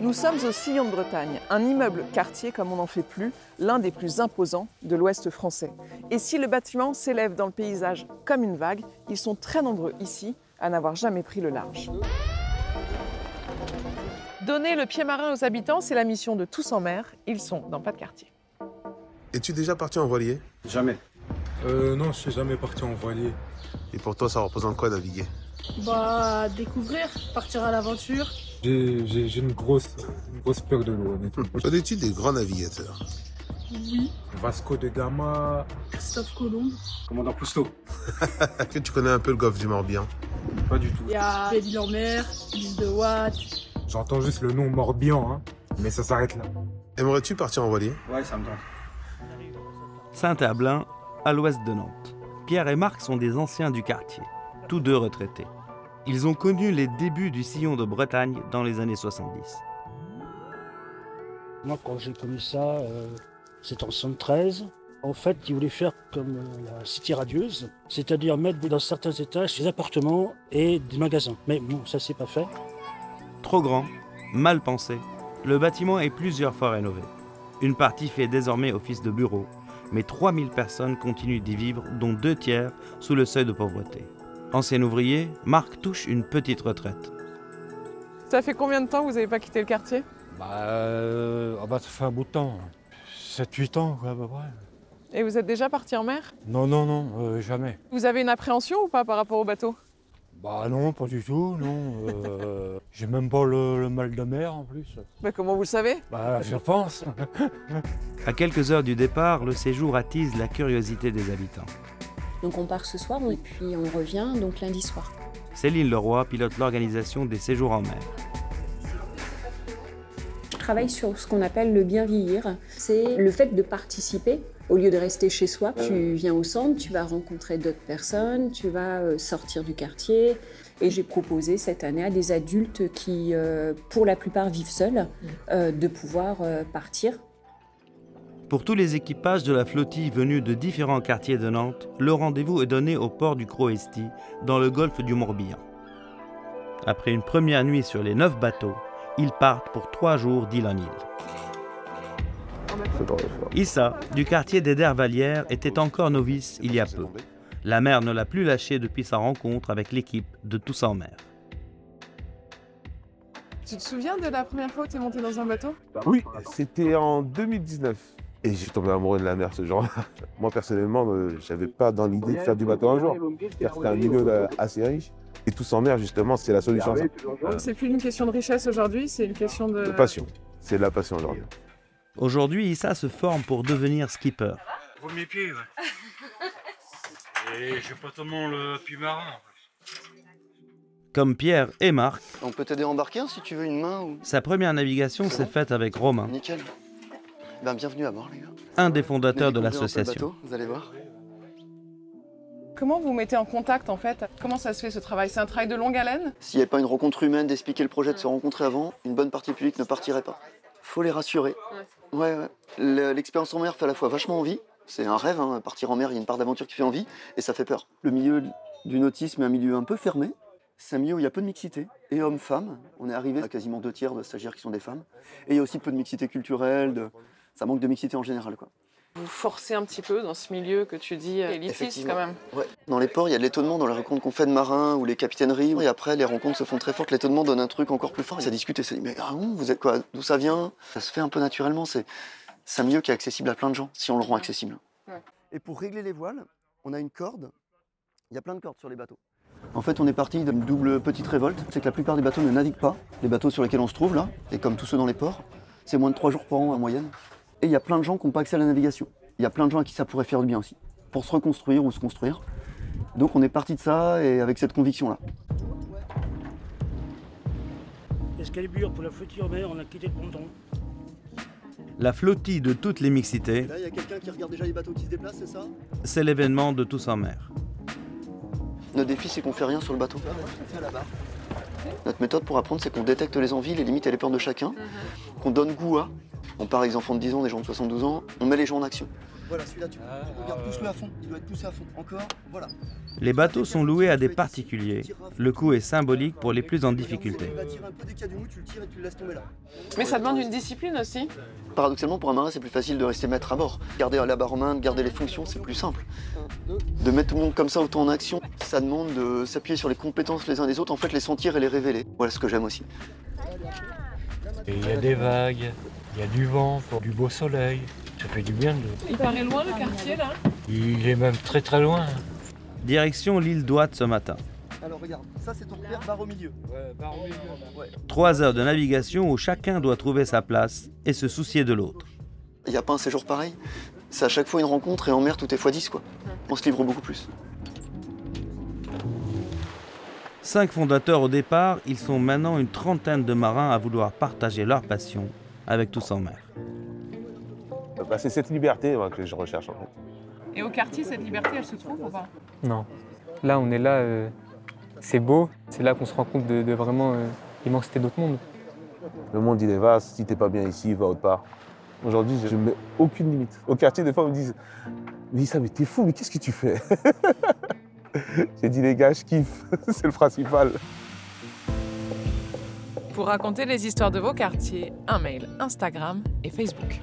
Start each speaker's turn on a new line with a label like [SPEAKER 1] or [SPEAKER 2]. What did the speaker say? [SPEAKER 1] Nous sommes au Sillon de Bretagne, un immeuble quartier comme on n'en fait plus, l'un des plus imposants de l'Ouest français. Et si le bâtiment s'élève dans le paysage comme une vague, ils sont très nombreux ici à n'avoir jamais pris le large. Donner le pied marin aux habitants, c'est la mission de Tous en mer. Ils sont dans pas de quartier.
[SPEAKER 2] Es-tu déjà parti en voilier
[SPEAKER 3] Jamais.
[SPEAKER 4] Euh, non, je suis jamais parti en voilier.
[SPEAKER 2] Et pour toi, ça représente quoi naviguer
[SPEAKER 5] Bah, découvrir, partir à l'aventure.
[SPEAKER 4] J'ai- J'ai j'ai une grosse, une grosse peur de l'eau, honnêtement.
[SPEAKER 2] Connais-tu des grands navigateurs
[SPEAKER 5] Oui,
[SPEAKER 4] Vasco de Gama,
[SPEAKER 5] Christophe Colomb.
[SPEAKER 3] Commandant Cousteau
[SPEAKER 2] Est-ce que tu connais un peu le golfe du Morbihan
[SPEAKER 3] Pas du tout.
[SPEAKER 5] Il y a l'île en mer, l'île de Watt.
[SPEAKER 4] j'entends juste le nom Morbihan, hein, mais ça s'arrête là.
[SPEAKER 2] Aimerais-tu partir en voilier
[SPEAKER 3] Ouais, ça me tente.
[SPEAKER 6] Saint-Ablain, à l'ouest de Nantes. Pierre et Marc sont des anciens du quartier, tous deux retraités. Ils ont connu les débuts du sillon de Bretagne dans les années 70.
[SPEAKER 7] Moi, quand j'ai connu ça, euh, c'était en 73. En fait, ils voulaient faire comme euh, la Cité Radieuse, c'est-à-dire mettre dans certains étages des appartements et des magasins. Mais bon, ça, c'est pas fait.
[SPEAKER 6] Trop grand, mal pensé, le bâtiment est plusieurs fois rénové. Une partie fait désormais office de bureau, mais 3000 personnes continuent d'y vivre, dont deux tiers sous le seuil de pauvreté. Ancien ouvrier, Marc touche une petite retraite.
[SPEAKER 1] Ça fait combien de temps que vous n'avez pas quitté le quartier
[SPEAKER 8] Bah, euh, ah bah, ça fait un bout de temps. 7-8 ans, quoi, à peu près.
[SPEAKER 1] Et vous êtes déjà parti en mer
[SPEAKER 8] Non, non, non, euh, jamais.
[SPEAKER 1] Vous avez une appréhension ou pas par rapport au bateau
[SPEAKER 8] Bah non, pas du tout, non. euh, J'ai même pas le, le mal de mer, en plus.
[SPEAKER 1] Bah, Comment vous le savez
[SPEAKER 8] Bah, je pense.
[SPEAKER 6] À quelques heures du départ, le séjour attise la curiosité des habitants.
[SPEAKER 9] Donc on part ce soir et puis on revient donc lundi soir.
[SPEAKER 6] Céline Leroy pilote l'organisation des séjours en mer.
[SPEAKER 9] Je travaille sur ce qu'on appelle le bien vieillir. C'est le fait de participer. Au lieu de rester chez soi, tu viens au centre, tu vas rencontrer d'autres personnes, tu vas euh, sortir du quartier. Et j'ai proposé cette année à des adultes qui, euh, pour la plupart, vivent seuls, euh, de pouvoir euh, partir
[SPEAKER 6] Pour tous les équipages de la flottille venus de différents quartiers de Nantes, le rendez-vous est donné au port du Croesti, dans le golfe du Morbihan. Après une première nuit sur les neuf bateaux, ils partent pour trois jours d'île en île. Issa, du quartier des Dervalières, était encore novice il y a peu. La mer ne l'a plus lâché depuis sa rencontre avec l'équipe de Tous en mer.
[SPEAKER 1] Tu te souviens de la première fois où tu es monté dans un bateau
[SPEAKER 10] Oui, c'était en 2019. Et j'ai tombé amoureux de la mer ce jour-là. Moi, personnellement, euh, j'avais pas dans l'idée de faire du bateau un jour. Car C'était un milieu euh, assez riche. Et tous en mer, justement, c'est la solution. à ça.
[SPEAKER 1] C'est plus une question de richesse aujourd'hui, c'est une question
[SPEAKER 10] De passion. C'est de la passion aujourd'hui.
[SPEAKER 6] Aujourd'hui, Issa se forme pour devenir skipper.
[SPEAKER 3] Premier pied, ouais. Et j'ai pas tellement le puits marin.
[SPEAKER 6] Comme Pierre et Marc,
[SPEAKER 11] On peut t'aider à embarquer hein, si tu veux une main ou.
[SPEAKER 6] sa première navigation s'est faite avec Romain,
[SPEAKER 11] Nickel. Ben, bienvenue à bord, les gars.
[SPEAKER 6] un des fondateurs de
[SPEAKER 11] Découvrez un peu le
[SPEAKER 6] l'association.
[SPEAKER 11] bateau, Vous allez voir.
[SPEAKER 1] Comment vous mettez en contact en fait Comment ça se fait ce travail C'est un travail de longue haleine
[SPEAKER 11] S'il n'y avait pas une rencontre humaine, d'expliquer le projet, de se rencontrer avant, une bonne partie publique ne partirait pas. Faut les rassurer. Ouais, ouais. Le- L'expérience en mer fait à la fois vachement envie, c'est un rêve, hein, partir en mer, il y a une part d'aventure qui fait envie, et ça fait peur. Le milieu du nautisme est un milieu un peu fermé, c'est un milieu où il y a peu de mixité, et hommes-femmes, on est arrivé à quasiment deux tiers de stagiaires qui sont des femmes, et il y a aussi peu de mixité culturelle, de... ça manque de mixité en général. Quoi.
[SPEAKER 1] Vous forcez un petit peu dans ce milieu que tu dis euh, élitiste
[SPEAKER 11] Effectivement.
[SPEAKER 1] quand même.
[SPEAKER 11] Ouais. Dans les ports, il y a de l'étonnement dans les rencontres qu'on fait de marins ou les capitaineries. Et après, les rencontres se font très fortes. L'étonnement donne un truc encore plus fort. Et ça discute et ça dit Mais ah bon, vous êtes quoi D'où ça vient Ça se fait un peu naturellement. C'est c'est un milieu qui est accessible à plein de gens si on le rend accessible.
[SPEAKER 1] Ouais.
[SPEAKER 11] Et pour régler les voiles, on a une corde. Il y a plein de cordes sur les bateaux. En fait, on est parti d'une double petite révolte. C'est que la plupart des bateaux ne naviguent pas. Les bateaux sur lesquels on se trouve là, et comme tous ceux dans les ports, c'est moins de 3 jours par an en moyenne. Et il y a plein de gens qui n'ont pas accès à la navigation. Il y a plein de gens à qui ça pourrait faire du bien aussi pour se reconstruire ou se construire. Donc on est parti de ça et avec cette conviction-là.
[SPEAKER 7] Escalibur pour la flottille en mer, on a quitté le ponton.
[SPEAKER 6] La flottille de toutes les mixités,
[SPEAKER 11] Là, il y a quelqu'un qui regarde déjà les bateaux qui se déplacent, c'est ça
[SPEAKER 6] c'est l'événement de Tous en mer.
[SPEAKER 11] Notre défi, c'est qu'on fait rien sur le bateau. Notre méthode pour apprendre, c'est qu'on détecte les envies, les limites et les peurs de chacun, qu'on donne goût à. On part avec des enfants de 10 ans, des gens de 72 ans, on met les gens en action. Voilà, celui-là, tu regardes, pousse-le à fond. Il doit être poussé à fond. Encore, voilà.
[SPEAKER 6] Les bateaux sont loués à des particuliers. Le coût est symbolique pour les plus en difficulté.
[SPEAKER 1] Mais ça demande une discipline aussi.
[SPEAKER 11] Paradoxalement, pour un marin, c'est plus facile de rester maître à bord. Garder la barre en main, de garder les fonctions, c'est plus simple. De mettre tout le monde comme ça autant en action, ça demande de s'appuyer sur les compétences les uns des autres, en fait, les sentir et les révéler. Voilà ce que j'aime aussi.
[SPEAKER 12] Il y a des vagues, il y a du vent, faut du beau soleil. Ça fait du bien. de-
[SPEAKER 1] Il paraît loin le quartier là.
[SPEAKER 12] Il est même très très loin.
[SPEAKER 6] Direction l'île d'Ouate ce matin.
[SPEAKER 11] Alors regarde, ça c'est ton repère, barre au milieu. Ouais, barre au milieu.
[SPEAKER 6] Trois heures de navigation où chacun doit trouver sa place et se soucier de l'autre.
[SPEAKER 11] Il n'y a pas un séjour pareil. C'est à chaque fois une rencontre et en mer, tout est x 10 quoi. On se livre beaucoup plus.
[SPEAKER 6] Cinq fondateurs au départ, ils sont maintenant une trentaine de marins à vouloir partager leur passion avec tous en mer.
[SPEAKER 10] Bah, c'est cette liberté moi, que je recherche en fait.
[SPEAKER 1] Et au quartier, cette liberté, elle se trouve ou pas
[SPEAKER 13] Non. Là, on est là, euh, c'est beau. C'est là qu'on se rend compte de, de vraiment euh, l'immensité d'autres mondes.
[SPEAKER 10] Le monde il est vaste, si t'es pas bien ici, va autre part. Aujourd'hui, je ne mets aucune limite. Au quartier, des fois, ils me disent Mais ça, mais t'es fou, mais qu'est-ce que tu fais J'ai dit les gars, je kiffe, c'est le principal.
[SPEAKER 1] Pour raconter les histoires de vos quartiers, un mail, Instagram et Facebook.